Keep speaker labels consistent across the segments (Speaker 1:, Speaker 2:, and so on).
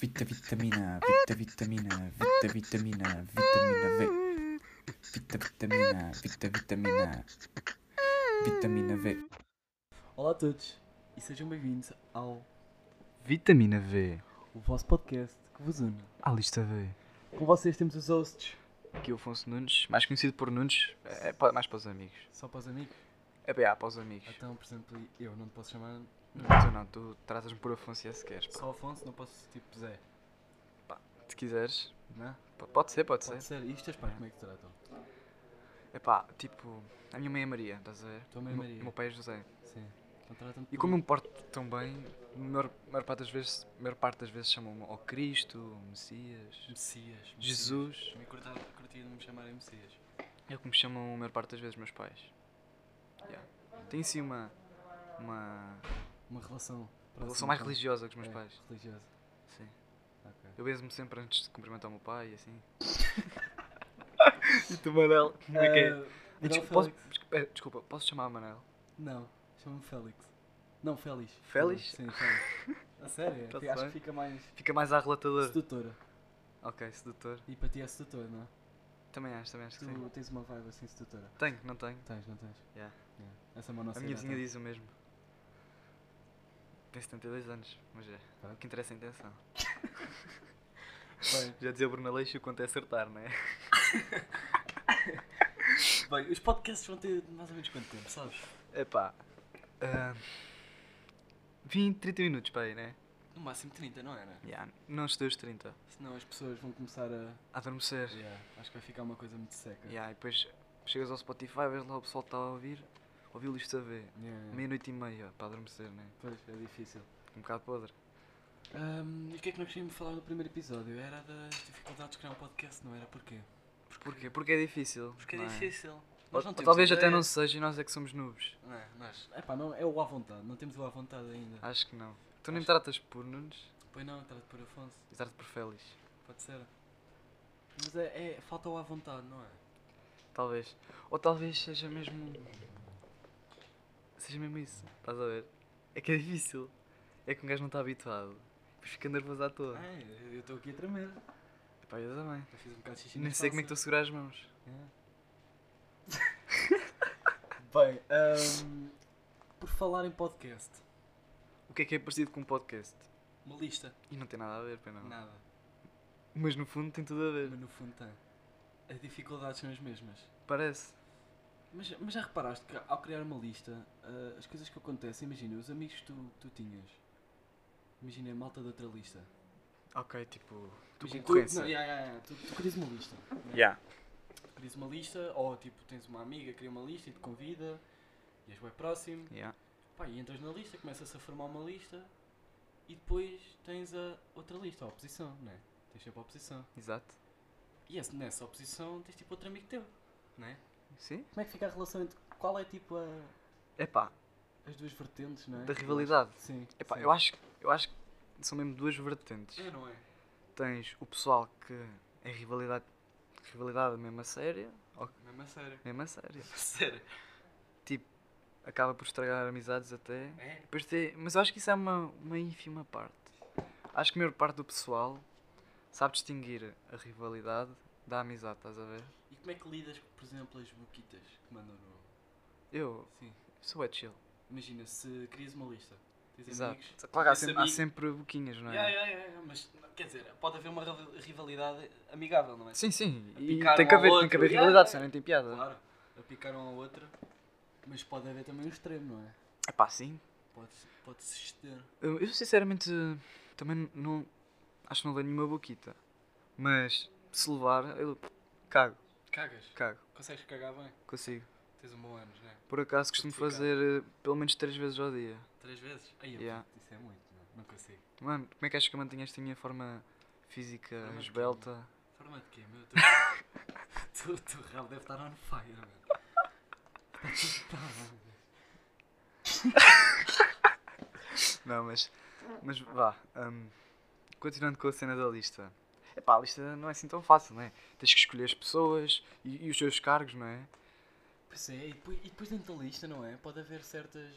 Speaker 1: Vita, vitamina, vita, vitamina, vita, vitamina, vitamina V. Vita, vitamina, vita, vitamina, vitamina V.
Speaker 2: Olá a todos e sejam bem-vindos ao
Speaker 3: Vitamina V,
Speaker 2: o vosso podcast que vos une.
Speaker 3: a lista V.
Speaker 2: Com vocês temos os hosts,
Speaker 3: Aqui é o Afonso Nunes, mais conhecido por Nunes, é, é pa- mais para os amigos.
Speaker 2: só para os amigos.
Speaker 3: É bem, ah, para os amigos.
Speaker 2: Então, por exemplo, eu não te posso chamar
Speaker 3: Não, tu não, tu tratas-me por Afonso e se queres. pá.
Speaker 2: só Afonso, não posso ser tipo Zé,
Speaker 3: Se quiseres, né?
Speaker 2: não é?
Speaker 3: p- pode ser, pode,
Speaker 2: Pode
Speaker 3: ser.
Speaker 2: ser. E os teus pais, como é que te tratam?
Speaker 3: É pá, tipo, a minha mãe é Maria, estás a ver?
Speaker 2: Tua mãe é
Speaker 3: O meu-
Speaker 2: Maria.
Speaker 3: O meu pai é José.
Speaker 2: Sim. Então tratam
Speaker 3: E como eu me porto tão bem, a maior, a maior parte das vezes, a maior parte das vezes chamam-me ao Cristo, ao Messias,
Speaker 2: Messias.
Speaker 3: Jesus.
Speaker 2: Me curtia, curtia de me chamarem Messias.
Speaker 3: É como me chamam a maior parte das vezes meus pais. Yeah. Tenho sim uma, uma
Speaker 2: Uma relação.
Speaker 3: relação
Speaker 2: próxima
Speaker 3: mais
Speaker 2: com-
Speaker 3: religiosa com os meus
Speaker 2: é,
Speaker 3: pais.
Speaker 2: Religiosa.
Speaker 3: Sim.
Speaker 2: Ok.
Speaker 3: Eu beijo-me sempre antes de cumprimentar o meu pai e assim. e tu, Manel? Como é que é?
Speaker 2: Ah,
Speaker 3: E
Speaker 2: Miguel
Speaker 3: desculpa, posso,
Speaker 2: Félix.
Speaker 3: desculpa, eh, desculpa, posso chamar Manel?
Speaker 2: Não, chama-me Félix. Não, Félix.
Speaker 3: Félix?
Speaker 2: Sim, Félix. A sério?
Speaker 3: Tá-se
Speaker 2: acho que
Speaker 3: bem.
Speaker 2: fica mais
Speaker 3: Fica mais à relatadora.
Speaker 2: sedutora.
Speaker 3: Ok, sedutor.
Speaker 2: E para ti é sedutor, não é?
Speaker 3: Também acho, também acho que sim.
Speaker 2: Tu tens uma vibe assim sedutora.
Speaker 3: Tenho, não tenho.
Speaker 2: Tens, não tens?
Speaker 3: Yeah.
Speaker 2: É. Essa é uma nossa
Speaker 3: a minha
Speaker 2: gata.
Speaker 3: vizinha diz o mesmo. Tem 72 anos, mas
Speaker 2: tá?
Speaker 3: é. O que interessa é a intenção.
Speaker 2: Bem,
Speaker 3: Já dizia o Bruno Aleixo, o quanto é acertar, não é?
Speaker 2: bem, os podcasts vão ter mais ou menos quanto tempo, sabes?
Speaker 3: Epá. Ah, 20, 30 minutos para aí, né?
Speaker 2: No máximo 30, não era?
Speaker 3: Yeah. Não é, né? estudei os 30.
Speaker 2: Senão as pessoas vão começar a.
Speaker 3: A adormecer.
Speaker 2: Yeah, acho que vai ficar uma coisa muito seca.
Speaker 3: Yeah, e depois chegas ao Spotify, vês lá o pessoal que está a ouvir, ouviu isto a ver.
Speaker 2: Yeah, yeah.
Speaker 3: Meia-noite e meia, para adormecer, né?
Speaker 2: Pois, é difícil.
Speaker 3: Um bocado podre.
Speaker 2: Ahm, e o que é que nós queríamos falar no primeiro episódio? Era das dificuldades de criar um podcast, não era? Porquê?
Speaker 3: Porquê? Porque é difícil.
Speaker 2: Porque
Speaker 3: não
Speaker 2: é
Speaker 3: é?
Speaker 2: difícil.
Speaker 3: Ou-
Speaker 2: Nós não temos
Speaker 3: talvez até
Speaker 2: ideia.
Speaker 3: não seja e nós é que somos noobs.
Speaker 2: Não, é, nós. Epá, não, é o à vontade, não temos o à vontade ainda.
Speaker 3: Acho que não. Tu nem me
Speaker 2: Acho-
Speaker 3: tratas por Nunes
Speaker 2: Pois não, trato por Afonso,
Speaker 3: e tratas por Félix.
Speaker 2: pode ser. Mas é, é- falta o à vontade, não é?
Speaker 3: Talvez. Ou talvez seja mesmo. Seja mesmo isso. Estás a ver? É que é difícil. É que um gajo não está habituado. Depois fica nervoso à toa.
Speaker 2: Ai, eu estou aqui a tremer.
Speaker 3: Epá, eu também.
Speaker 2: Eu fiz um bocado de xixi. É.
Speaker 3: Nem
Speaker 2: na
Speaker 3: sei como é que estou a
Speaker 2: calça.
Speaker 3: segurar as mãos.
Speaker 2: Bem,
Speaker 3: hum,
Speaker 2: ahm, por falar em podcast,
Speaker 3: O que é que é parecido com um podcast?
Speaker 2: uma lista.
Speaker 3: E não tem nada a ver, pois não.
Speaker 2: Nada.
Speaker 3: Mas no fundo tem tudo a ver.
Speaker 2: Mas no fundo tem. As dificuldades são as mesmas.
Speaker 3: Parece.
Speaker 2: Mas, mas já reparaste que ao criar uma lista, ah, as coisas que acontecem, imagina, os amigos que tu, tu tinhas. Imagina a malta de outra lista.
Speaker 3: Ok, tipo. Tu
Speaker 2: Imagina,
Speaker 3: concorrência.
Speaker 2: Tu, não, yeah, yeah, yeah, tu, tu crias uma lista. né?
Speaker 3: Yeah.
Speaker 2: Tu crias uma lista, ou tipo, tens uma amiga, cria uma lista e te convida, e és bem próximo.
Speaker 3: Yeah.
Speaker 2: Pá, e entras na lista, começas a formar uma lista, e depois tens a outra lista, a oposição, né? Tens sempre a oposição.
Speaker 3: Exato.
Speaker 2: E esse- nessa oposição tens tipo outro amigo teu, né?
Speaker 3: Sim?
Speaker 2: Como é que fica a relação entre. Qual é tipo a-
Speaker 3: Epá,
Speaker 2: as duas vertentes, não é?
Speaker 3: Da rivalidade.
Speaker 2: Sim.
Speaker 3: epá,
Speaker 2: sim.
Speaker 3: eu acho, eu acho que são mesmo duas vertentes.
Speaker 2: É, não é?
Speaker 3: Tens o pessoal que é rivalidade, rivalidade mesmo a séria,
Speaker 2: Mesmo a sério.
Speaker 3: mesmo a séria.
Speaker 2: A sério.
Speaker 3: Tipo, acaba por estragar amizades até.
Speaker 2: É?
Speaker 3: Depois tem, mas eu acho que isso é uma, uma ínfima parte. Acho que a maior parte do pessoal sabe distinguir a rivalidade da amizade, estás a ver?
Speaker 2: E como é que lidas, por exemplo, as boquitas que mandam no.
Speaker 3: Eu
Speaker 2: Sim.
Speaker 3: sou é chill.
Speaker 2: Imagina, se crias uma lista, tens
Speaker 3: Exato.
Speaker 2: amigos.
Speaker 3: Claro que há
Speaker 2: Esse
Speaker 3: sempre, há
Speaker 2: amigo-
Speaker 3: sempre boquinhas, não é?
Speaker 2: Yeah, yeah, yeah, yeah, mas não- quer dizer, pode haver uma rival- rivalidade amigável, não é?
Speaker 3: Sim, sim.
Speaker 2: A
Speaker 3: E
Speaker 2: picar
Speaker 3: tem
Speaker 2: um
Speaker 3: que
Speaker 2: ao
Speaker 3: haver, tem
Speaker 2: outro.
Speaker 3: que haver
Speaker 2: Yeah, yeah,
Speaker 3: rivalidade, senão nem tem piada.
Speaker 2: Claro, a picar um ao outro, mas pode haver também um extremo, não é?
Speaker 3: É pá, sim.
Speaker 2: Pode, pode se exceder.
Speaker 3: Eu, eu, sinceramente também não. Acho que não dei nenhuma boquita. Mas se levar, eu cago,
Speaker 2: Cagas?
Speaker 3: cago,
Speaker 2: Consegues cagar bem?
Speaker 3: consigo.
Speaker 2: Tens um bom ano, não é?
Speaker 3: Por acaso costumo
Speaker 2: Justificado.
Speaker 3: fazer eh, pelo menos três vezes ao dia.
Speaker 2: Três vezes? Aí eu
Speaker 3: Yeah.
Speaker 2: puto, Isso é muito, não, não consigo.
Speaker 3: Mano, como é que acho que eu mantenho esta minha forma física
Speaker 2: Forma de quê,
Speaker 3: esbelta?
Speaker 2: Forma de quê, meu? Tu, tu, tu rabo deve estar on fire, meu. Está tudo para lá.
Speaker 3: Não, mas. Mas vá. hum, continuando com a cena da lista. Epá, a lista não é assim tão fácil, não é? Tens que escolher as pessoas e, e os seus cargos, não é?
Speaker 2: Pois é, e depois, e depois dentro da lista, não é? Pode haver certas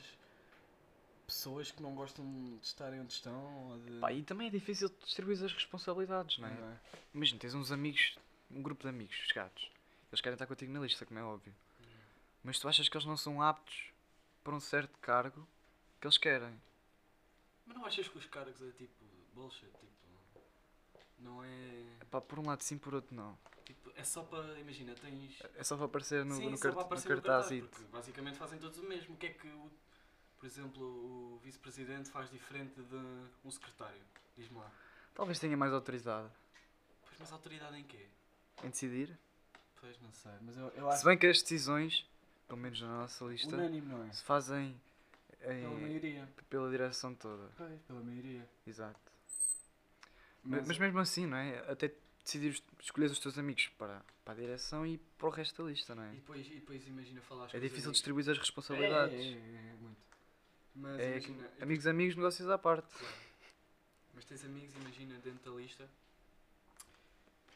Speaker 2: pessoas que não gostam de estarem onde estão ou de.
Speaker 3: Pá, e também é difícil distribuir as responsabilidades, não é?
Speaker 2: Não é?
Speaker 3: Imagina, tens uns amigos, um grupo de amigos, os gatos. Eles querem estar contigo na lista, como é óbvio. Mas tu achas que eles não são aptos para um certo cargo que eles querem?
Speaker 2: Mas não achas que os cargos é tipo bullshit? Tipo, não é.
Speaker 3: Pá, por um lado sim, por outro não.
Speaker 2: Tipo, é só para. Imagina, tens.
Speaker 3: É só para aparecer no,
Speaker 2: Sim,
Speaker 3: no,
Speaker 2: só
Speaker 3: cart-
Speaker 2: vai
Speaker 3: no
Speaker 2: aparecer no
Speaker 3: cartaz. e-
Speaker 2: cartaz, porque basicamente fazem todos o mesmo. O que é que, o- por exemplo, o vice-presidente faz diferente de um secretário? Diz-me lá.
Speaker 3: Talvez tenha mais autoridade
Speaker 2: Pois, mas autoridade em quê?
Speaker 3: em decidir.
Speaker 2: Pois, não sei. Mas eu, eu acho
Speaker 3: Se bem que as decisões, pelo menos na nossa lista,
Speaker 2: unânime, não é?
Speaker 3: se fazem
Speaker 2: Pela
Speaker 3: em-
Speaker 2: maioria.
Speaker 3: pela direção toda.
Speaker 2: Pois, pela maioria.
Speaker 3: Exato. Ma-
Speaker 2: Mas,
Speaker 3: Mas, mesmo assim, não é? Até decidir escolher os teus amigos para, para a direção e para o resto da lista, não
Speaker 2: e,
Speaker 3: é?
Speaker 2: depois, e depois imagina falar
Speaker 3: É difícil
Speaker 2: distribuir
Speaker 3: distribuir as responsabilidades.
Speaker 2: É, é, é, é, muito. Mas
Speaker 3: É,
Speaker 2: imagina. eu-
Speaker 3: amigos, amigos, negócios à parte.
Speaker 2: Mas tens amigos, imagina, dentro da lista.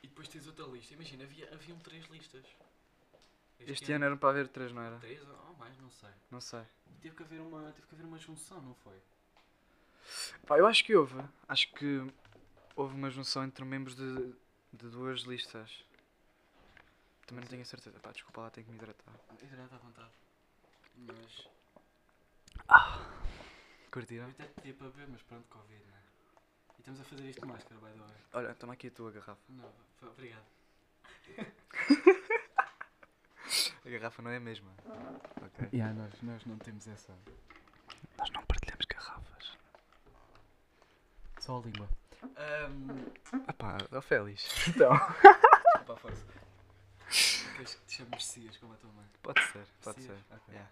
Speaker 2: E depois tens outra lista. Imagina, havia, haviam três listas.
Speaker 3: Este, ano era para haver três, não era?
Speaker 2: Três ou ou mais, não sei.
Speaker 3: Não sei.
Speaker 2: Teve que haver uma, teve que haver uma junção, não foi?
Speaker 3: Pá, eu acho que houve. Acho que houve uma junção entre membros de, de duas listas. Também não tenho a certeza. Pá, desculpa lá, tenho que me hidratar.
Speaker 2: Hidrata É à vontade. Mas. Eu
Speaker 3: Curtiram?
Speaker 2: até te pedia para ver, mas pronto, Covid, né? E estamos a fazer isto de máscara, by the way.
Speaker 3: Olha, toma aqui a tua garrafa.
Speaker 2: Não, f- obrigado.
Speaker 3: A garrafa não é a mesma. Ok.
Speaker 2: Yeah, nós, nós não temos essa.
Speaker 3: Nós não partilhamos garrafas.
Speaker 2: Só a língua.
Speaker 3: Ah pá, ó Félix. Então.
Speaker 2: Opa, força. Queres que te chame Messias como a tua mãe?
Speaker 3: Pode ser, pode ser.
Speaker 2: Messias? Ok.
Speaker 3: Yeah.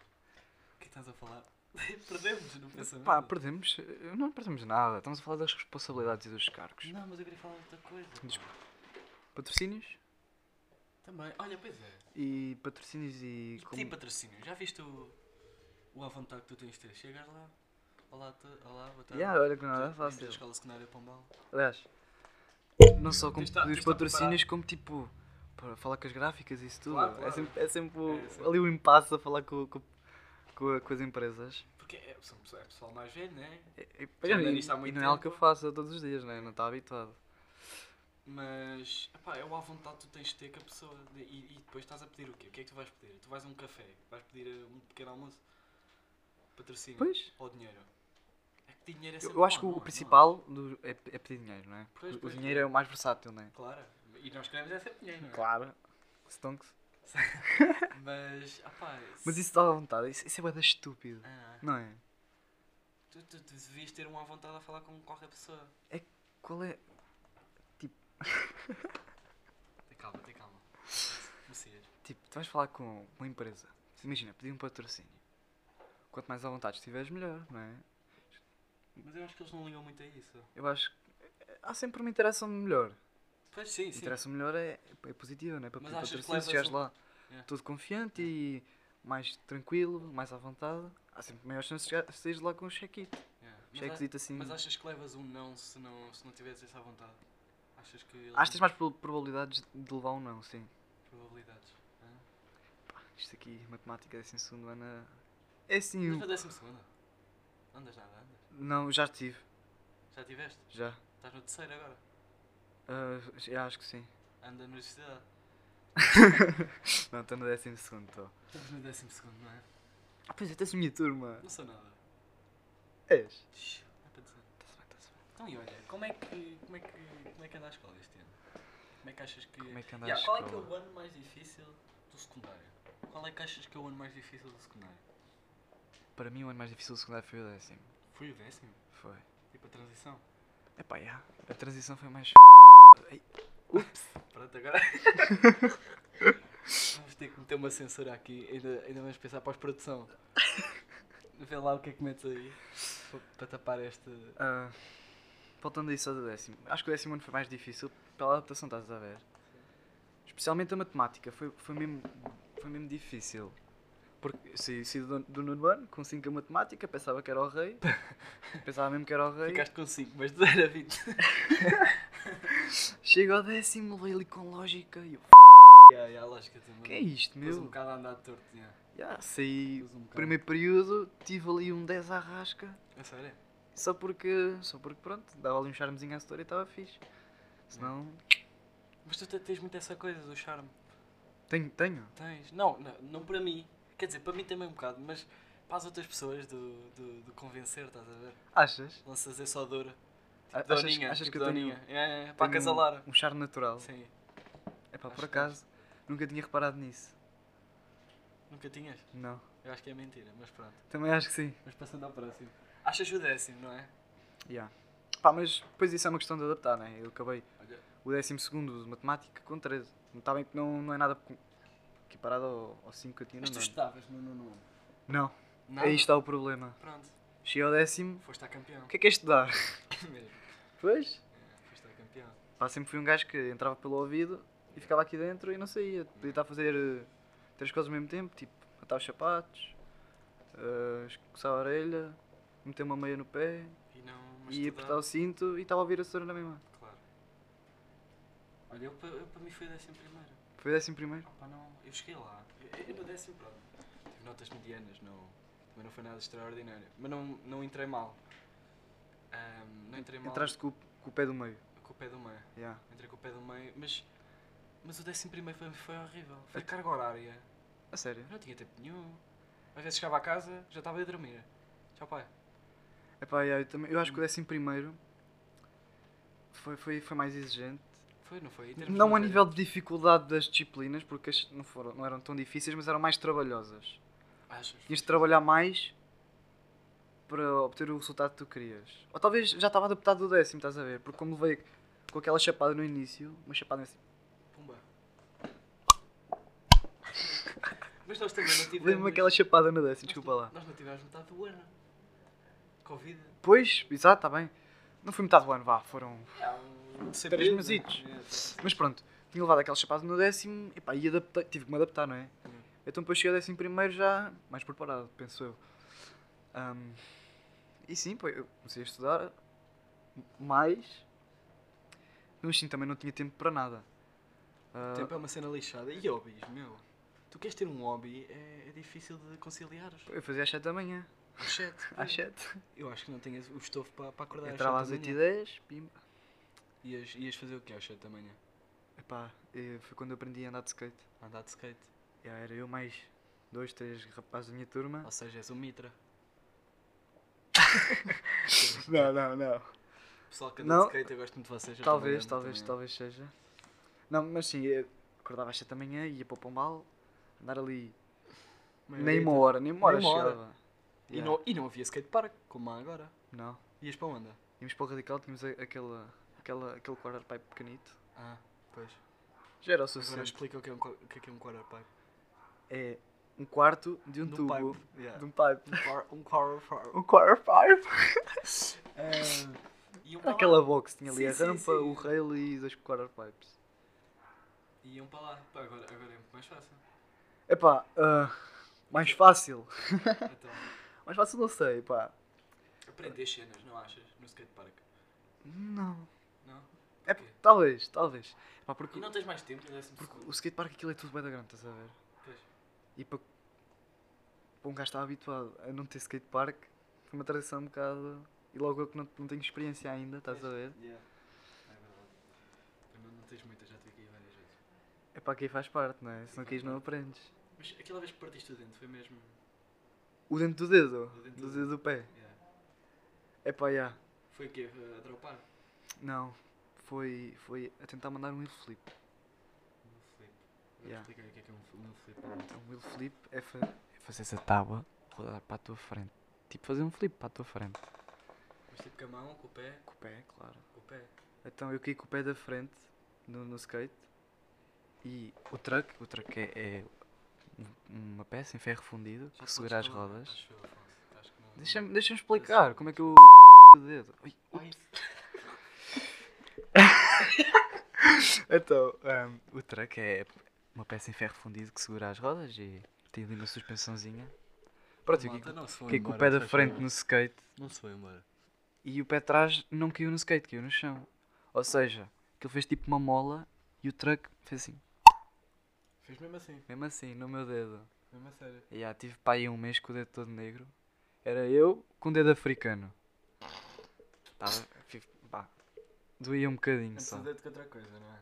Speaker 2: O que estás a falar? Perdemos, não pensamento.
Speaker 3: Pá, perdemos. eh, Não perdemos nada. Estamos a falar das responsabilidades e dos cargos.
Speaker 2: Não, mas eu queria falar de outra coisa. pá.
Speaker 3: Desculpa. Patrocínios?
Speaker 2: Também. Olha, pois é.
Speaker 3: E patrocínios e.
Speaker 2: E tem patrocínio. Já viste o, o à vontade que tu tens de ter? Chegas lá. Olá, tu, olá boa tarde.
Speaker 3: Yeah, olha que nada é
Speaker 2: Vimos da
Speaker 3: fácil.
Speaker 2: escola secundária Pombal.
Speaker 3: Aliás, não só como
Speaker 2: Tens de estar-
Speaker 3: pedir os
Speaker 2: tens de estar
Speaker 3: patrocínios, como tipo. Para falar com as gráficas e isso tudo.
Speaker 2: Claro,
Speaker 3: É
Speaker 2: claro.
Speaker 3: sempre, é sempre o-
Speaker 2: É sempre-
Speaker 3: ali o impasse a falar com, com, com a- com as empresas.
Speaker 2: Porque é, são pessoal, é pessoal mais velho, né?
Speaker 3: E, e-
Speaker 2: Já anda
Speaker 3: e-
Speaker 2: nisto há
Speaker 3: e
Speaker 2: muito
Speaker 3: não é algo que eu
Speaker 2: tempo. É
Speaker 3: faço todos os dias, né? não está habituado.
Speaker 2: Mas, epá, é o à vontade que tu tens de ter com a pessoa. de- e, e depois estás a pedir o quê? O que é que tu vais pedir? Tu vais a um café, vais pedir eh, um pequeno almoço, patrocínio
Speaker 3: Pois.
Speaker 2: ou dinheiro. É que dinheiro é
Speaker 3: Eu,
Speaker 2: sempre
Speaker 3: eu acho
Speaker 2: bom,
Speaker 3: que
Speaker 2: não é?
Speaker 3: o
Speaker 2: Não é?
Speaker 3: principal do- é, é pedir dinheiro, não é? Porque
Speaker 2: Pois,
Speaker 3: o
Speaker 2: pois,
Speaker 3: dinheiro é o mais versátil, não é?
Speaker 2: Claro. E nós queremos é sempre dinheiro, não é?
Speaker 3: Claro. Stonks.
Speaker 2: Mas, epá,
Speaker 3: Mas isso dá vontade, isso, isso é bada estúpido.
Speaker 2: Ah,
Speaker 3: Não é?
Speaker 2: tu, tu, tu devias ter uma à vontade a falar com qualquer pessoa.
Speaker 3: Qual é.
Speaker 2: Tem calma, tem calma. Messias.
Speaker 3: Tipo, tu vais falar com uma empresa. Imagina, pedir um patrocínio. Quanto mais à vontade estiveres, melhor, não é?
Speaker 2: Mas eu acho que eles não ligam muito a isso.
Speaker 3: Eu acho que eh, há sempre uma interação melhor.
Speaker 2: Pois sim, sim.
Speaker 3: Interação melhor é, é positiva, não é? Para
Speaker 2: Mas
Speaker 3: pedir
Speaker 2: achas que
Speaker 3: patrocínio, se
Speaker 2: levas um-
Speaker 3: chegares lá
Speaker 2: Yeah.
Speaker 3: todo confiante e mais tranquilo, mais à vontade, há sempre maior chance de chegar- de saíres lá com um check-it.
Speaker 2: Yeah. É. Mas a-
Speaker 3: Check-it assim.
Speaker 2: Mas achas que levas um não se não, se não tiveres essa vontade? Achas que. ele
Speaker 3: Acho que tens
Speaker 2: tem
Speaker 3: mais prob- probabilidades de levar um não, sim.
Speaker 2: Probabilidades. hã?
Speaker 3: Pá, isto aqui, matemática, assim, segundo ano. é- É assim.
Speaker 2: Mas
Speaker 3: o-
Speaker 2: na décima segunda? Andas nada, andas.
Speaker 3: Não, já estive,
Speaker 2: Já tiveste?
Speaker 3: já.
Speaker 2: Estás no terceiro agora.
Speaker 3: Ah, já acho que sim.
Speaker 2: Anda na universidade.
Speaker 3: Não, estou no décimo segundo, estou.
Speaker 2: Estamos no décimo segundo, não é?
Speaker 3: Ah, pois é, tens a minha turma.
Speaker 2: Não sou nada.
Speaker 3: És?
Speaker 2: Shhh, não é para dizer.
Speaker 3: Está-se bem, está-se bem.
Speaker 2: Então e olha, como é que. como é que. como é que anda a escola este ano? Como é que achas que.
Speaker 3: Como é que anda
Speaker 2: Yeah,
Speaker 3: a
Speaker 2: qual é
Speaker 3: escola?
Speaker 2: que é o ano mais difícil do secundário? Qual é que achas que é o ano mais difícil do secundário?
Speaker 3: Para mim o ano mais difícil do secundário foi o décimo.
Speaker 2: Foi o décimo?
Speaker 3: Foi.
Speaker 2: Tipo a transição?
Speaker 3: Epá, já. A transição foi mais...
Speaker 2: Pronto, agora. vamos ter que meter uma censura aqui. Ainda, ainda vamos pensar para a produção. Vê lá o que é que metes aí pa- para tapar este.
Speaker 3: Ah, voltando a isso ao do décimo. Acho que o décimo ano foi mais difícil pela adaptação, estás a ver? Especialmente a matemática. Foi, foi, mesmo, foi mesmo difícil. Porque eu saí, saí do, do nono ano com 5 a matemática, pensava que era o rei. pensava mesmo que era o rei.
Speaker 2: Ficaste com 5, mas de 0 a 20.
Speaker 3: Chego ao décimo, leio ali com lógica e eu...
Speaker 2: yeah, yeah, lógico. Também.
Speaker 3: Que é isto,
Speaker 2: Pôs um
Speaker 3: meu?
Speaker 2: bocado a andar torto, yeah.
Speaker 3: Já, saí
Speaker 2: Pôs um bocado.
Speaker 3: primeiro período, tive ali um 10 à rasca.
Speaker 2: É sério?
Speaker 3: Só porque, só porque pronto, dava ali um charmezinho à setora e estava fixe. Senão,
Speaker 2: Mas tu te- tens muito essa coisa do charme.
Speaker 3: tenho, tenho.
Speaker 2: Tens. Não, não, não para mim. Quer dizer, para mim também um bocado, mas para as outras pessoas do, do, do convencer, estás a ver?
Speaker 3: Achas?
Speaker 2: Lanças essa odor. Tipo
Speaker 3: A- achas-
Speaker 2: doninha.
Speaker 3: achas que
Speaker 2: tipo
Speaker 3: eu tenho- um-
Speaker 2: doninha. É, é, para
Speaker 3: Tenho
Speaker 2: acasalar.
Speaker 3: Um charme natural.
Speaker 2: Sim.
Speaker 3: É pá,
Speaker 2: Acho
Speaker 3: por
Speaker 2: que
Speaker 3: acaso, nunca tinha reparado nisso.
Speaker 2: Nunca tinhas?
Speaker 3: Não.
Speaker 2: Eu acho que é mentira, mas pronto.
Speaker 3: Também acho que sim.
Speaker 2: Mas passando ao próximo. Achas o décimo, não é?
Speaker 3: Yeah. Pá, mas depois isso é uma questão de adaptar, né? Eu acabei
Speaker 2: Olha.
Speaker 3: o 12 de matemática com 13. Não está bem que não, não é nada com- equiparado ao, ao 5 que eu É tinha no
Speaker 2: Mas tu
Speaker 3: nono.
Speaker 2: estavas no nono ano.
Speaker 3: Não,
Speaker 2: Nada.
Speaker 3: aí está o problema.
Speaker 2: Pronto.
Speaker 3: Cheguei ao décimo,
Speaker 2: Foste a campeão.
Speaker 3: o que é que é estudar?
Speaker 2: Mesmo.
Speaker 3: Pois?
Speaker 2: É, Foste a campeão.
Speaker 3: Pá, sempre fui um gajo que entrava pelo ouvido e ficava aqui dentro e não saía. Podia estar a fazer eh, três coisas ao mesmo tempo, tipo, atar os sapatos, eh, escoçar a orelha, meter uma meia no pé
Speaker 2: E não. Mas
Speaker 3: e
Speaker 2: tu
Speaker 3: apertar o cinto e estava a ouvir a senhora na mesma.
Speaker 2: dá- Claro. Olha, eu, pa- eu para mim foi o décimo primeiro.
Speaker 3: Foi o décimo primeiro.
Speaker 2: Opa, não, eu cheguei lá. Eu, eu no décimo pronto. Tive notas medianas, não, também não foi nada extraordinário. Mas não, não entrei mal. Ahm, não entrei mal
Speaker 3: Entraste com, o- com o pé do meio.
Speaker 2: com o pé do meio.
Speaker 3: Yeah.
Speaker 2: Entrei com o pé do meio, mas, mas o décimo primeiro foi, foi horrível. Foi carga horária.
Speaker 3: A sério?
Speaker 2: Eu não tinha tempo nenhum. Às vezes chegava a casa, já estava a dormir. Tchau pai.
Speaker 3: Epá, yeah, eu, também, eu acho que o
Speaker 2: Hum.
Speaker 3: décimo primeiro foi, foi, foi mais exigente.
Speaker 2: Foi, não foi? Em termos de
Speaker 3: Não a
Speaker 2: matéria.
Speaker 3: nível de dificuldade das disciplinas, porque as não, foram, não eram tão difíceis, mas eram mais trabalhosas.
Speaker 2: Achas?
Speaker 3: Tinhas de trabalhar mais para obter o resultado que tu querias. Ou talvez já estava adaptado do décimo, estás a ver? Porque como levei com aquela chapada no início, uma chapada assim.
Speaker 2: Pumba. mas nós também não tivemos.
Speaker 3: Lembro-me aquela chapada no décimo,
Speaker 2: nós
Speaker 3: desculpa
Speaker 2: ti-
Speaker 3: lá.
Speaker 2: Nós não tivemos metade do ano. Covid.
Speaker 3: Pois, exato, está bem. Não foi metade do ano, vá, foram
Speaker 2: É um
Speaker 3: Três
Speaker 2: período,
Speaker 3: mesitos.
Speaker 2: né?
Speaker 3: Mas pronto, tinha levado aquela chapada no décimo epá, e adaptei, tive que me adaptar, não é?
Speaker 2: Hum.
Speaker 3: Então depois cheguei ao décimo primeiro já mais preparado, penso eu. Ahm, e sim, pô, eu comecei a estudar mais, mas sim, também não tinha tempo para nada. Ah,
Speaker 2: Tempo é uma cena lixada. E hobbies, meu? Tu queres ter um hobby, é, é difícil de conciliar.
Speaker 3: eu fazia às 7 da manhã,
Speaker 2: Às sete.
Speaker 3: às 7.
Speaker 2: Eu acho que não tenho o estofo para, para acordar
Speaker 3: Entrava às 8
Speaker 2: sete da
Speaker 3: e
Speaker 2: manhã.
Speaker 3: 10, pimba.
Speaker 2: Ias, ias fazer o quê às 7 da manhã?
Speaker 3: Epá, eh, foi quando eu aprendi a andar de skate.
Speaker 2: Andar de skate.
Speaker 3: Já era eu mais dois, três rapazes da minha turma.
Speaker 2: Ou seja, és um mitra.
Speaker 3: Não, não, não.
Speaker 2: Pessoal que
Speaker 3: Não.
Speaker 2: anda de skate, eu gosto muito de vocês. eu também
Speaker 3: Talvez,
Speaker 2: amo
Speaker 3: talvez,
Speaker 2: também.
Speaker 3: talvez seja. Não, mas sim, eu acordava às 7 da manhã, ia para o Pombal, andar ali
Speaker 2: Meia
Speaker 3: nem
Speaker 2: horita.
Speaker 3: uma hora, nem uma hora
Speaker 2: Nem uma hora.
Speaker 3: chegava.
Speaker 2: é E, não, e não havia skatepark, como há agora.
Speaker 3: Não.
Speaker 2: Ias para onde?
Speaker 3: Íamos para o Radical, tínhamos a- aquela, aquela, aquele quarter pipe pequenito.
Speaker 2: Ah, pois.
Speaker 3: Já era o
Speaker 2: Agora
Speaker 3: suficiente.
Speaker 2: explica o que é um, qua- o que é que é um quarterpipe.
Speaker 3: É um quarto de um
Speaker 2: De um
Speaker 3: tubo.
Speaker 2: pipe. Yeah.
Speaker 3: De um pipe.
Speaker 2: Um quar- Um quarterpipe.
Speaker 3: Um quarter pipe.
Speaker 2: Iam
Speaker 3: Era
Speaker 2: para lá.
Speaker 3: aquela box, tinha ali
Speaker 2: Sim,
Speaker 3: a
Speaker 2: sim,
Speaker 3: rampa,
Speaker 2: sim.
Speaker 3: o rail e dois quarter pipes.
Speaker 2: Iam para lá. Pá, agora, agora é muito mais fácil.
Speaker 3: Epá, ah, mais fácil.
Speaker 2: Então,
Speaker 3: Mais fácil não sei, pá.
Speaker 2: aprender cenas, não achas? No skatepark.
Speaker 3: Não.
Speaker 2: Não?
Speaker 3: É,
Speaker 2: Porquê?
Speaker 3: talvez, talvez. Epá, porque
Speaker 2: E não tens mais tempo no décimo
Speaker 3: Porque
Speaker 2: segundo.
Speaker 3: o skatepark aquilo é tudo bem da grande, estás a ver?
Speaker 2: Pois.
Speaker 3: E para, para um gajo estar habituado a não ter skatepark, foi uma transição um bocado. E logo eu que não, não tenho experiência ainda, estás a ver?
Speaker 2: Yeah. É verdade. Pois Não, não tens muita, já tive aqui várias vezes.
Speaker 3: É para quem faz parte, não é? Se não queres, não aprendes.
Speaker 2: Mas aquela vez que partiste o dente foi mesmo.
Speaker 3: O dentro do dedo,
Speaker 2: O dente do
Speaker 3: do dedo do pé.
Speaker 2: yeah.
Speaker 3: É para já.
Speaker 2: Foi o quê? Eh, A dropar?
Speaker 3: Não, foi, foi a tentar mandar um heel flip.
Speaker 2: No Um flip. Vou
Speaker 3: Yeah.
Speaker 2: explicar o que é que é um fl- um flip.
Speaker 3: Então, um heel flip é, fa é fazer essa tábua rodar para a tua frente. Tipo, fazer um flip para a tua frente.
Speaker 2: Mas tipo com a mão, com o pé,
Speaker 3: Com o pé, claro.
Speaker 2: com o pé.
Speaker 3: Então eu caí com o pé da frente no, no skate e o truck, o truck é, é um- uma peça em ferro fundido
Speaker 2: Já né?
Speaker 3: que segura as
Speaker 2: podes falar,
Speaker 3: rodas.
Speaker 2: acho eu, Afonso. Acho que não-
Speaker 3: Deixa-me
Speaker 2: não-
Speaker 3: deixa explicar como é que eu o dedo. Ui,
Speaker 2: Ai,
Speaker 3: Então, ahm, o truck é uma peça em ferro fundido que segura as rodas e tem ali uma suspensãozinha. Pronto, eu
Speaker 2: malta,
Speaker 3: caí
Speaker 2: não
Speaker 3: com-
Speaker 2: se foi
Speaker 3: caí é com o
Speaker 2: embora,
Speaker 3: pé da
Speaker 2: faz
Speaker 3: frente
Speaker 2: favor.
Speaker 3: no skate
Speaker 2: Não se foi embora.
Speaker 3: e o pé de trás não caiu no skate, caiu no chão. Ou seja, aquilo fez tipo uma mola e o truck fez assim.
Speaker 2: Fez mesmo assim,
Speaker 3: Mesmo assim, no meu dedo.
Speaker 2: mesmo a sério.
Speaker 3: E já tive para aí um mês com o dedo todo negro. Era eu com o dedo africano. Tava. fi- pá, Doía um bocadinho
Speaker 2: Antes
Speaker 3: só.
Speaker 2: o dedo que outra coisa, não é?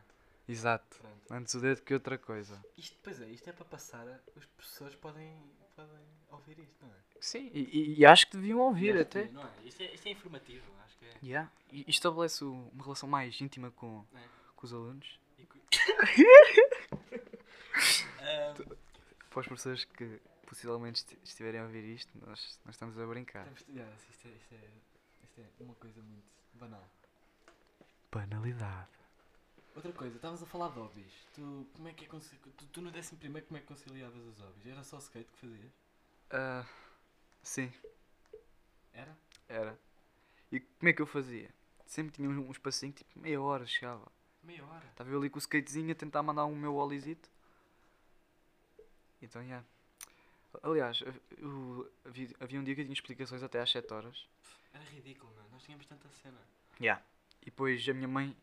Speaker 3: Exato.
Speaker 2: Pronto.
Speaker 3: Antes o dedo que outra coisa.
Speaker 2: Isto, pois é, isto é para passar, a- os professores podem, podem ouvir isto, não é?
Speaker 3: Sim, e, e- e acho que deviam ouvir
Speaker 2: Acho que
Speaker 3: até.
Speaker 2: não é? Isto, é? isto é informativo, acho que é.
Speaker 3: Yeah. E isto estabelece o- uma relação mais íntima com,
Speaker 2: É.
Speaker 3: com os alunos.
Speaker 2: E cu-
Speaker 3: Ah,
Speaker 2: Ahm,
Speaker 3: Para os professores que possivelmente esti- estiverem a ouvir isto, nós, nós estamos a brincar.
Speaker 2: temos de- yeah, isto, é, isto, é, isto é uma coisa muito banal.
Speaker 3: Banalidade.
Speaker 2: Outra coisa, estavas a falar de hobbies. Tu, como é que é conci- tu, tu no décimo primeiro como é que conciliavas os hobbies? Era só skate que fazias?
Speaker 3: Ah, sim,
Speaker 2: Era?
Speaker 3: era. E como é que eu fazia? Sempre tinha um, um espacinho, tipo meia hora chegava.
Speaker 2: Meia hora.
Speaker 3: Estava eu ali com o skatezinho a tentar mandar um meu olizito. Então, yeah. Aliás, eu- eu- havia, havia um dia que eu tinha explicações até às 7 horas.
Speaker 2: Era ridículo, mano. Nós tínhamos tanta cena.
Speaker 3: E depois a minha mãe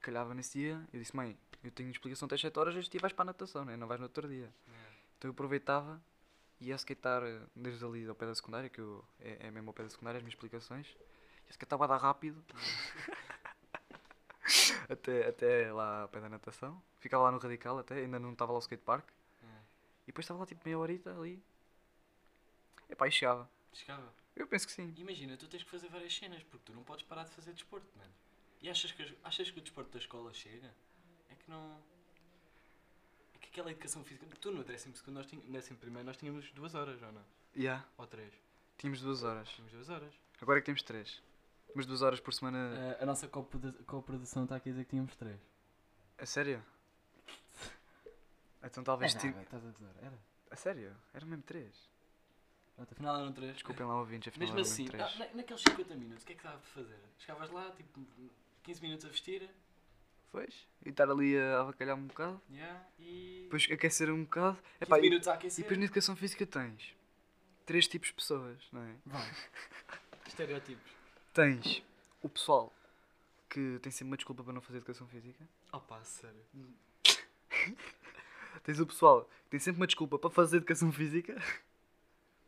Speaker 3: calhava nesse dia. Eu disse, mãe, eu tenho explicação até às 7 horas, hoje tu vais para a natação, né? não vais no outro dia.
Speaker 2: É.
Speaker 3: Então eu aproveitava e ia skatear eh, desde ali ao pé da secundária, que eu, é, é mesmo ao pé da secundária, as minhas explicações. Ia skatear a dar rápido. até, até lá ao pé da natação. Ficava lá no radical até, ainda não estava lá o skatepark.
Speaker 2: É.
Speaker 3: E depois estava lá tipo meia horita ali. Epá, e chegava.
Speaker 2: Chegava.
Speaker 3: Eu penso que sim.
Speaker 2: Imagina, tu tens que fazer várias cenas, porque tu não podes parar de fazer desporto, mano. E achas que, as- achas que o desporto da escola chega? É que não. É que aquela educação física. Tu no 12 segundo, nós tínhamos, décimo primeiro nós tínhamos duas horas, ou não?
Speaker 3: Já,
Speaker 2: Ou três.
Speaker 3: tínhamos duas horas.
Speaker 2: Tínhamos duas horas.
Speaker 3: Agora é que temos três. Mas duas horas por semana.
Speaker 2: a nossa coprodução está aqui a dizer que tínhamos três.
Speaker 3: A sério? É. Então talvez. ti-
Speaker 2: estás a dizer, era.
Speaker 3: A sério? Era mesmo três.
Speaker 2: Pronto, afinal eram três.
Speaker 3: Desculpem lá ouvintes, afinal
Speaker 2: Mesmo
Speaker 3: era
Speaker 2: assim,
Speaker 3: mesmo
Speaker 2: ah,
Speaker 3: três.
Speaker 2: na, naqueles 50 minutos, o que é que dava para fazer? Chegavas lá, tipo, 15 minutos a vestir,
Speaker 3: Pois, e estar ali a avacalhar um bocado,
Speaker 2: yeah, e.
Speaker 3: depois aquecer um bocado.
Speaker 2: 15
Speaker 3: Epá, e,
Speaker 2: minutos
Speaker 3: e
Speaker 2: a aquecer.
Speaker 3: depois na educação física tens três tipos de pessoas, não é?
Speaker 2: Vai. Estereotipos.
Speaker 3: Tens o pessoal que tem sempre uma desculpa para não fazer educação física.
Speaker 2: Opa, sério.
Speaker 3: Tens o pessoal que tem sempre uma desculpa para fazer educação física.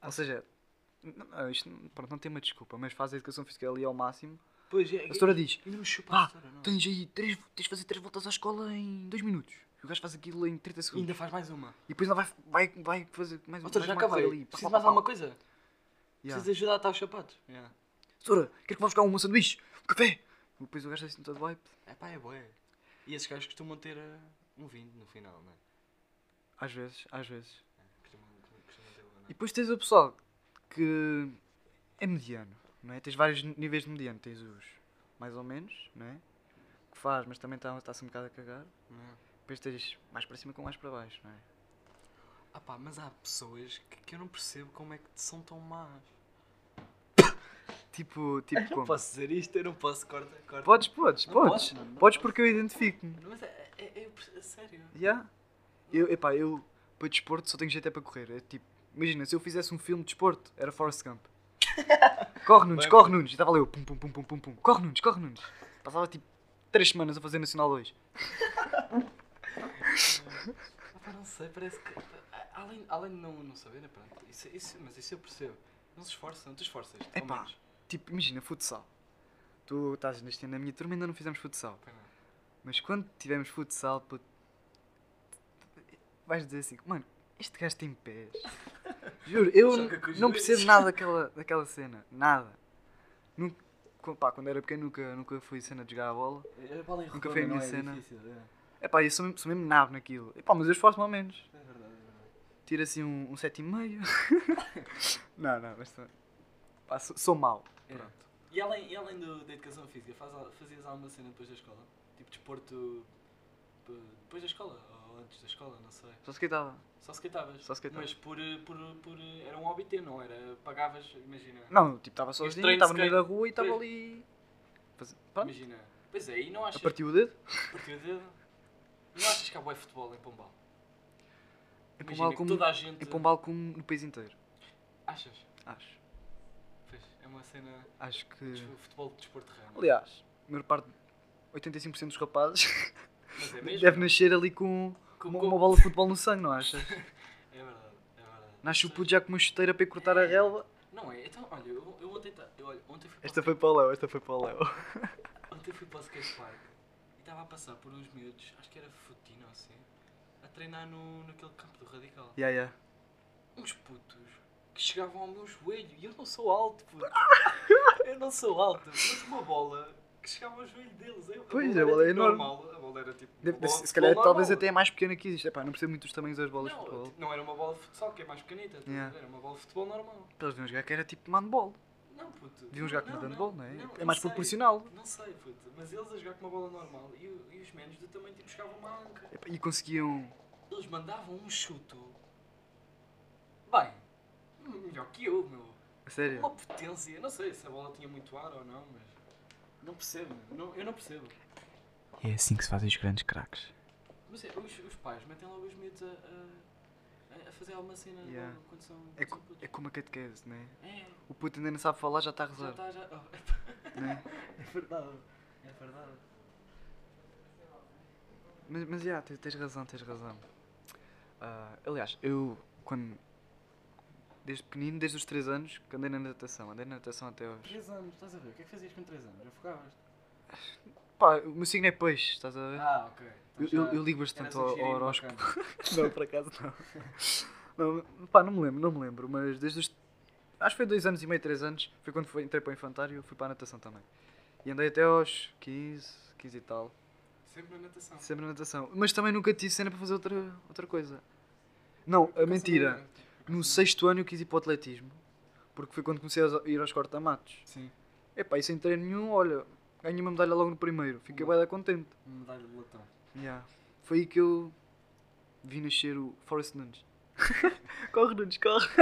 Speaker 3: Ou seja, não, não, isto não- pronto, não tem uma desculpa, mas faz a educação física ali ao máximo.
Speaker 2: Pois é.
Speaker 3: A senhora Ah, diz:
Speaker 2: Ainda me chupa
Speaker 3: Pá,
Speaker 2: a senhora, não.
Speaker 3: tens aí três, tens de fazer três voltas à escola em dois minutos. E o gajo faz aquilo em 30 segundos.
Speaker 2: Ainda faz mais uma.
Speaker 3: E depois ainda vai, vai, vai fazer mais
Speaker 2: Outra,
Speaker 3: mais
Speaker 2: já
Speaker 3: uma coisa
Speaker 2: acabei.
Speaker 3: Pá,
Speaker 2: Preciso de
Speaker 3: pá,
Speaker 2: mais
Speaker 3: pá, pá.
Speaker 2: alguma coisa?
Speaker 3: Yeah.
Speaker 2: Preciso de ajudar a atar os sapatos? Yeah.
Speaker 3: Sora, quer que vá buscar um sanduíche? Um café? E depois o gajo está assim todo wipe.
Speaker 2: É pá, é bué. E esses gajos costumam ter eh, um 20 no final, não é?
Speaker 3: Às vezes, às vezes.
Speaker 2: Costumam, costumam ter
Speaker 3: E
Speaker 2: não
Speaker 3: depois tens o pessoal que é mediano, não é? Tens vários n- níveis de mediano. Tens os mais ou menos, não é? Que faz, mas também está- está-se um bocado a cagar.
Speaker 2: é?
Speaker 3: Depois tens mais para cima com mais para baixo, não é?
Speaker 2: Ah pá, mas há pessoas que, que eu não percebo como é que são tão más.
Speaker 3: Tipo, tipo como?
Speaker 2: posso dizer isto, eu não posso, corta, corta.
Speaker 3: Podes, podes,
Speaker 2: Não
Speaker 3: podes.
Speaker 2: posso, não, não
Speaker 3: Podes
Speaker 2: posso.
Speaker 3: porque eu identifico-me.
Speaker 2: Mas é, é, é, é sério.
Speaker 3: Já? Eu, epá, eu para desporto só tenho jeito é para correr. É tipo, imagina, se eu fizesse um filme de desporto, era Forrest Gump. Corre Nunes,
Speaker 2: Bem,
Speaker 3: corre Nunes. E estava lá eu, pum, pum, pum, pum, pum, pum. Corre Nunes, corre Nunes. Passava tipo 3 semanas a fazer Nacional 2.
Speaker 2: Ah pá, não sei, parece que. a- Além, além de não, não saber, é pronto. Isso, isso, mas isso eu percebo. Não se esforçam, tu esforças.
Speaker 3: É pá. Tipo, imagina, futsal. Tu estás neste ano na minha turma ainda não fizemos futsal. Mas quando tivermos futsal, puto, vais dizer assim, mano, este gajo tem pés. Juro, eu
Speaker 2: Joga com os
Speaker 3: não
Speaker 2: joelhos.
Speaker 3: percebo nada daquela, daquela cena. Nada. Nunca, co- pá, quando era pequeno nunca, nunca fui cena de jogar a bola.
Speaker 2: A bola em
Speaker 3: Nunca foi a minha cena.
Speaker 2: Difícil, é.
Speaker 3: É pá, eu sou, mesmo- sou mesmo nabo naquilo. É pá, mas eu esforço-me ao menos.
Speaker 2: é verdade, é verdade.
Speaker 3: Tiro assim um, um 7,5. não, não, mas tá- pá, sou, sou mau.
Speaker 2: É.
Speaker 3: Pronto.
Speaker 2: E além, e além do, da educação física, faz, al- fazias alguma cena depois da escola? Tipo desporto eh, depois da escola? Ou antes da escola, não sei.
Speaker 3: Só se queitava.
Speaker 2: Só skateavas?
Speaker 3: Só skateava.
Speaker 2: Mas por, eh, por, por. eh, Era um hobby teu, não era? Pagavas, imagina.
Speaker 3: Não, tipo, estava sozinho,
Speaker 2: treino de
Speaker 3: estava no meio da
Speaker 2: skate.
Speaker 3: rua e estava
Speaker 2: Pois.
Speaker 3: ali. Faz... Pronto,
Speaker 2: Imagina. Pois é, e não
Speaker 3: a
Speaker 2: achas.
Speaker 3: partir o dedo.
Speaker 2: A partir de. Não achas que há bué futebol em Pombal?
Speaker 3: É
Speaker 2: Imagina
Speaker 3: Pombal
Speaker 2: que
Speaker 3: como,
Speaker 2: toda a gente.
Speaker 3: é Pombal como no país inteiro.
Speaker 2: Achas?
Speaker 3: Acho.
Speaker 2: Pois, é uma cena.
Speaker 3: Acho que.
Speaker 2: de Futebol de desporto real.
Speaker 3: Aliás, a maior parte, 85% dos rapazes,
Speaker 2: Mas é mesmo?
Speaker 3: deve nascer ali com,
Speaker 2: Com com,
Speaker 3: Uma,
Speaker 2: com-
Speaker 3: uma bola de futebol no sangue, não achas?
Speaker 2: É verdade, é verdade.
Speaker 3: Nasce o puto já com uma chuteira para ir cortar a relva.
Speaker 2: Não é, então, olha, eu, eu ontem, ta- eu, olha, ontem fui para
Speaker 3: Esta foi para o Léo, esta foi para o Léo.
Speaker 2: Ontem fui para o skate park e estava a passar por uns miúdos, acho que era Futino ou assim, a treinar no, naquele campo do Radical.
Speaker 3: Ya, ya.
Speaker 2: Uns putos que chegavam ao meu joelho e eu não sou alto, puto. eu não sou alto, mas uma bola que chegava ao joelho deles. Eu,
Speaker 3: Pois,
Speaker 2: bola
Speaker 3: a bola
Speaker 2: era
Speaker 3: é
Speaker 2: tipo
Speaker 3: enorme.
Speaker 2: normal, a bola era tipo. uma
Speaker 3: Deve-
Speaker 2: bola
Speaker 3: se-
Speaker 2: de
Speaker 3: se calhar
Speaker 2: futebol
Speaker 3: talvez
Speaker 2: normal.
Speaker 3: até é mais pequena que existe. Epá, não percebo muito os tamanhos das bolas de
Speaker 2: Não,
Speaker 3: futebol.
Speaker 2: não era uma bola de futsal que é mais pequenita, estás a
Speaker 3: Yeah.
Speaker 2: ver? era uma bola de futebol normal.
Speaker 3: Eles deviam jogar que era tipo handball.
Speaker 2: Não, puto.
Speaker 3: Deviam jogar como
Speaker 2: não,
Speaker 3: handball, não é? é
Speaker 2: eu
Speaker 3: mais
Speaker 2: sei.
Speaker 3: proporcional.
Speaker 2: Não sei, puto, mas eles a jogar com uma bola normal e, o- e os menos do tamanho tipo chegavam uma anca.
Speaker 3: Epá, E conseguiam.
Speaker 2: Eles mandavam um chuto. Bem, melhor que eu, meu.
Speaker 3: A sério?
Speaker 2: Uma potência. Não sei se a bola tinha muito ar ou não, mas. Não percebo, meu. Não- eu não percebo.
Speaker 3: É assim que se fazem os grandes craques.
Speaker 2: Mas é, os, os pais metem logo os miúdos a, a- a fazer alguma cena
Speaker 3: Yeah.
Speaker 2: logo quando são.
Speaker 3: É,
Speaker 2: Quando
Speaker 3: co-
Speaker 2: são putos.
Speaker 3: é como a catequese, né?
Speaker 2: É,
Speaker 3: O puto ainda não sabe falar, já está a
Speaker 2: já
Speaker 3: rezar.
Speaker 2: está, já. oh,
Speaker 3: Né?
Speaker 2: é verdade. É verdade.
Speaker 3: Mas, mas já, tens, tens razão, tens razão. Ah, aliás, eu, quando. Desde pequenino, desde os 3 anos, que andei na natação. Andei na natação até aos.
Speaker 2: 3 anos, estás a ver? O que é que fazias com 3 anos? Afogavas?
Speaker 3: Pá, o meu signo é peixe, estás a ver?
Speaker 2: Ah, ok.
Speaker 3: eu,
Speaker 2: Então
Speaker 3: eu,
Speaker 2: já
Speaker 3: eu ligo
Speaker 2: eras
Speaker 3: bastante
Speaker 2: um
Speaker 3: ao, ao
Speaker 2: girino
Speaker 3: horóscopo.
Speaker 2: bacana.
Speaker 3: Não, por acaso não. não. Pá, não me lembro, não me lembro, mas desde os. Acho que foi dois anos e meio, três anos, foi quando foi, entrei para o infantário, fui para a natação também. E andei até aos 15, 15 e tal,
Speaker 2: Sempre na natação.
Speaker 3: sempre na natação. Mas também nunca tive cena para fazer outra, outra coisa. Não, a É mentira. No sexto ano eu quis ir para o atletismo, porque foi quando comecei a ir aos cortamatos.
Speaker 2: Sim,
Speaker 3: Epá, e sem treino nenhum, olha, ganhei uma medalha logo no primeiro, fiquei
Speaker 2: Boa.
Speaker 3: bué da contente.
Speaker 2: uma um medalha de latão.
Speaker 3: Ya. Foi aí que eu vi nascer o Forrest Nunes. corre, Nunes, corre.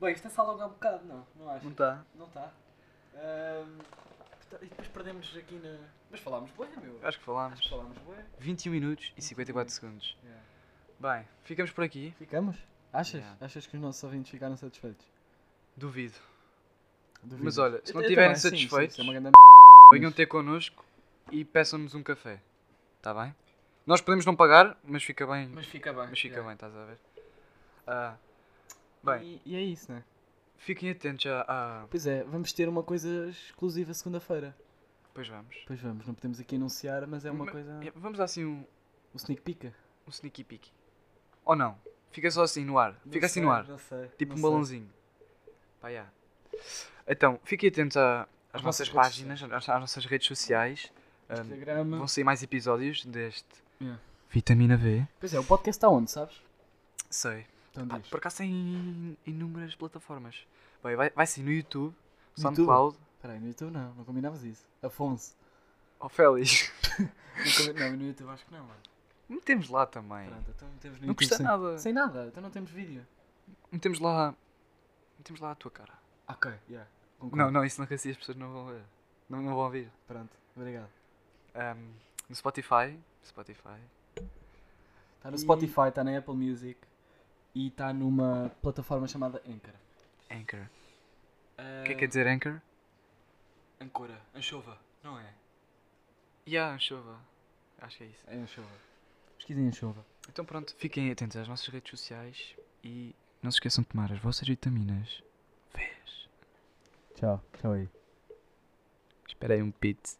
Speaker 2: Bem, isto é só alongar um bocado, não? Não acho?
Speaker 3: Não tá. está?
Speaker 2: Não está. e depois perdemos aqui na. Mas falámos bué, meu.
Speaker 3: Acho que
Speaker 2: Acho que
Speaker 3: falámos.
Speaker 2: falámos bué.
Speaker 3: 21 minutos e 54 segundos.
Speaker 2: Yeah.
Speaker 3: Bem, ficamos por aqui.
Speaker 2: Ficamos? Achas?
Speaker 3: Yeah.
Speaker 2: Achas que os nossos ouvintes ficaram satisfeitos?
Speaker 3: Duvido.
Speaker 2: Duvido.
Speaker 3: Mas olha, se
Speaker 2: Eu-
Speaker 3: não
Speaker 2: eu
Speaker 3: tiverem
Speaker 2: também, sim, sim, isso
Speaker 3: satisfeitos-
Speaker 2: é uma grande
Speaker 3: Venham ter connosco e peçam-nos um café. Está bem? Nós podemos não pagar, mas fica bem.
Speaker 2: Mas fica bem.
Speaker 3: Mas fica
Speaker 2: yeah.
Speaker 3: bem, estás a ver? Ah, bem,
Speaker 2: E, e é isso, né?
Speaker 3: fiquem atentos a. a-
Speaker 2: Pois é, vamos ter uma coisa exclusiva segunda-feira.
Speaker 3: Pois vamos.
Speaker 2: Pois vamos, não podemos aqui anunciar, mas é uma
Speaker 3: Ma-
Speaker 2: coisa.
Speaker 3: é, Vamos dar assim um,
Speaker 2: O sneak peek.
Speaker 3: um sneaky peek. Ou não? Fica só assim no ar. Fica assim no ar.
Speaker 2: Não sei.
Speaker 3: Tipo
Speaker 2: não
Speaker 3: um
Speaker 2: sei.
Speaker 3: balãozinho. Pá, já. Então, fiquem atentos a- às nossas
Speaker 2: Às nossas redes
Speaker 3: páginas, às, às nossas redes sociais. Ahm,
Speaker 2: Instagram.
Speaker 3: vão sair mais episódios deste
Speaker 2: Yeah.
Speaker 3: Vitamina V.
Speaker 2: Pois é, o podcast está onde, sabes?
Speaker 3: Sei.
Speaker 2: Então
Speaker 3: Pá,
Speaker 2: diz.
Speaker 3: Ah, por acaso tem inúmeras plataformas. Bem, vai, vai ser no YouTube,
Speaker 2: No
Speaker 3: SoundCloud.
Speaker 2: Peraí, no YouTube não, não combinavas isso. Afonso.
Speaker 3: Ó Félix.
Speaker 2: Não, combi- não, no YouTube acho que não, mano.
Speaker 3: Metemos lá também.
Speaker 2: Pronto, então metemos no
Speaker 3: Não
Speaker 2: YouTube
Speaker 3: custa
Speaker 2: sem-
Speaker 3: nada.
Speaker 2: Sem nada, então não temos vídeo.
Speaker 3: Metemos lá. Metemos lá a tua cara.
Speaker 2: Ok, yeah. Concordo.
Speaker 3: Não, não, isso não assim as pessoas não vão ver. Não, não vão ouvir.
Speaker 2: Pronto, obrigado.
Speaker 3: Ahm, no Spotify. Spotify.
Speaker 2: Está Tá no
Speaker 3: E-
Speaker 2: Spotify, está na Apple Music e está numa plataforma chamada Anchor.
Speaker 3: Anchor. O que é que quer dizer Anchor?
Speaker 2: Ah, Ancora, anchova, não é?
Speaker 3: Yeah, chuva. Acho que é isso.
Speaker 2: É anchova. Pesquisem anchova.
Speaker 3: Então pronto, fiquem atentos às nossas redes sociais e não se esqueçam de tomar as vossas vitaminas. Vês?
Speaker 2: Tchau, tchau aí.
Speaker 3: Espera aí um pit.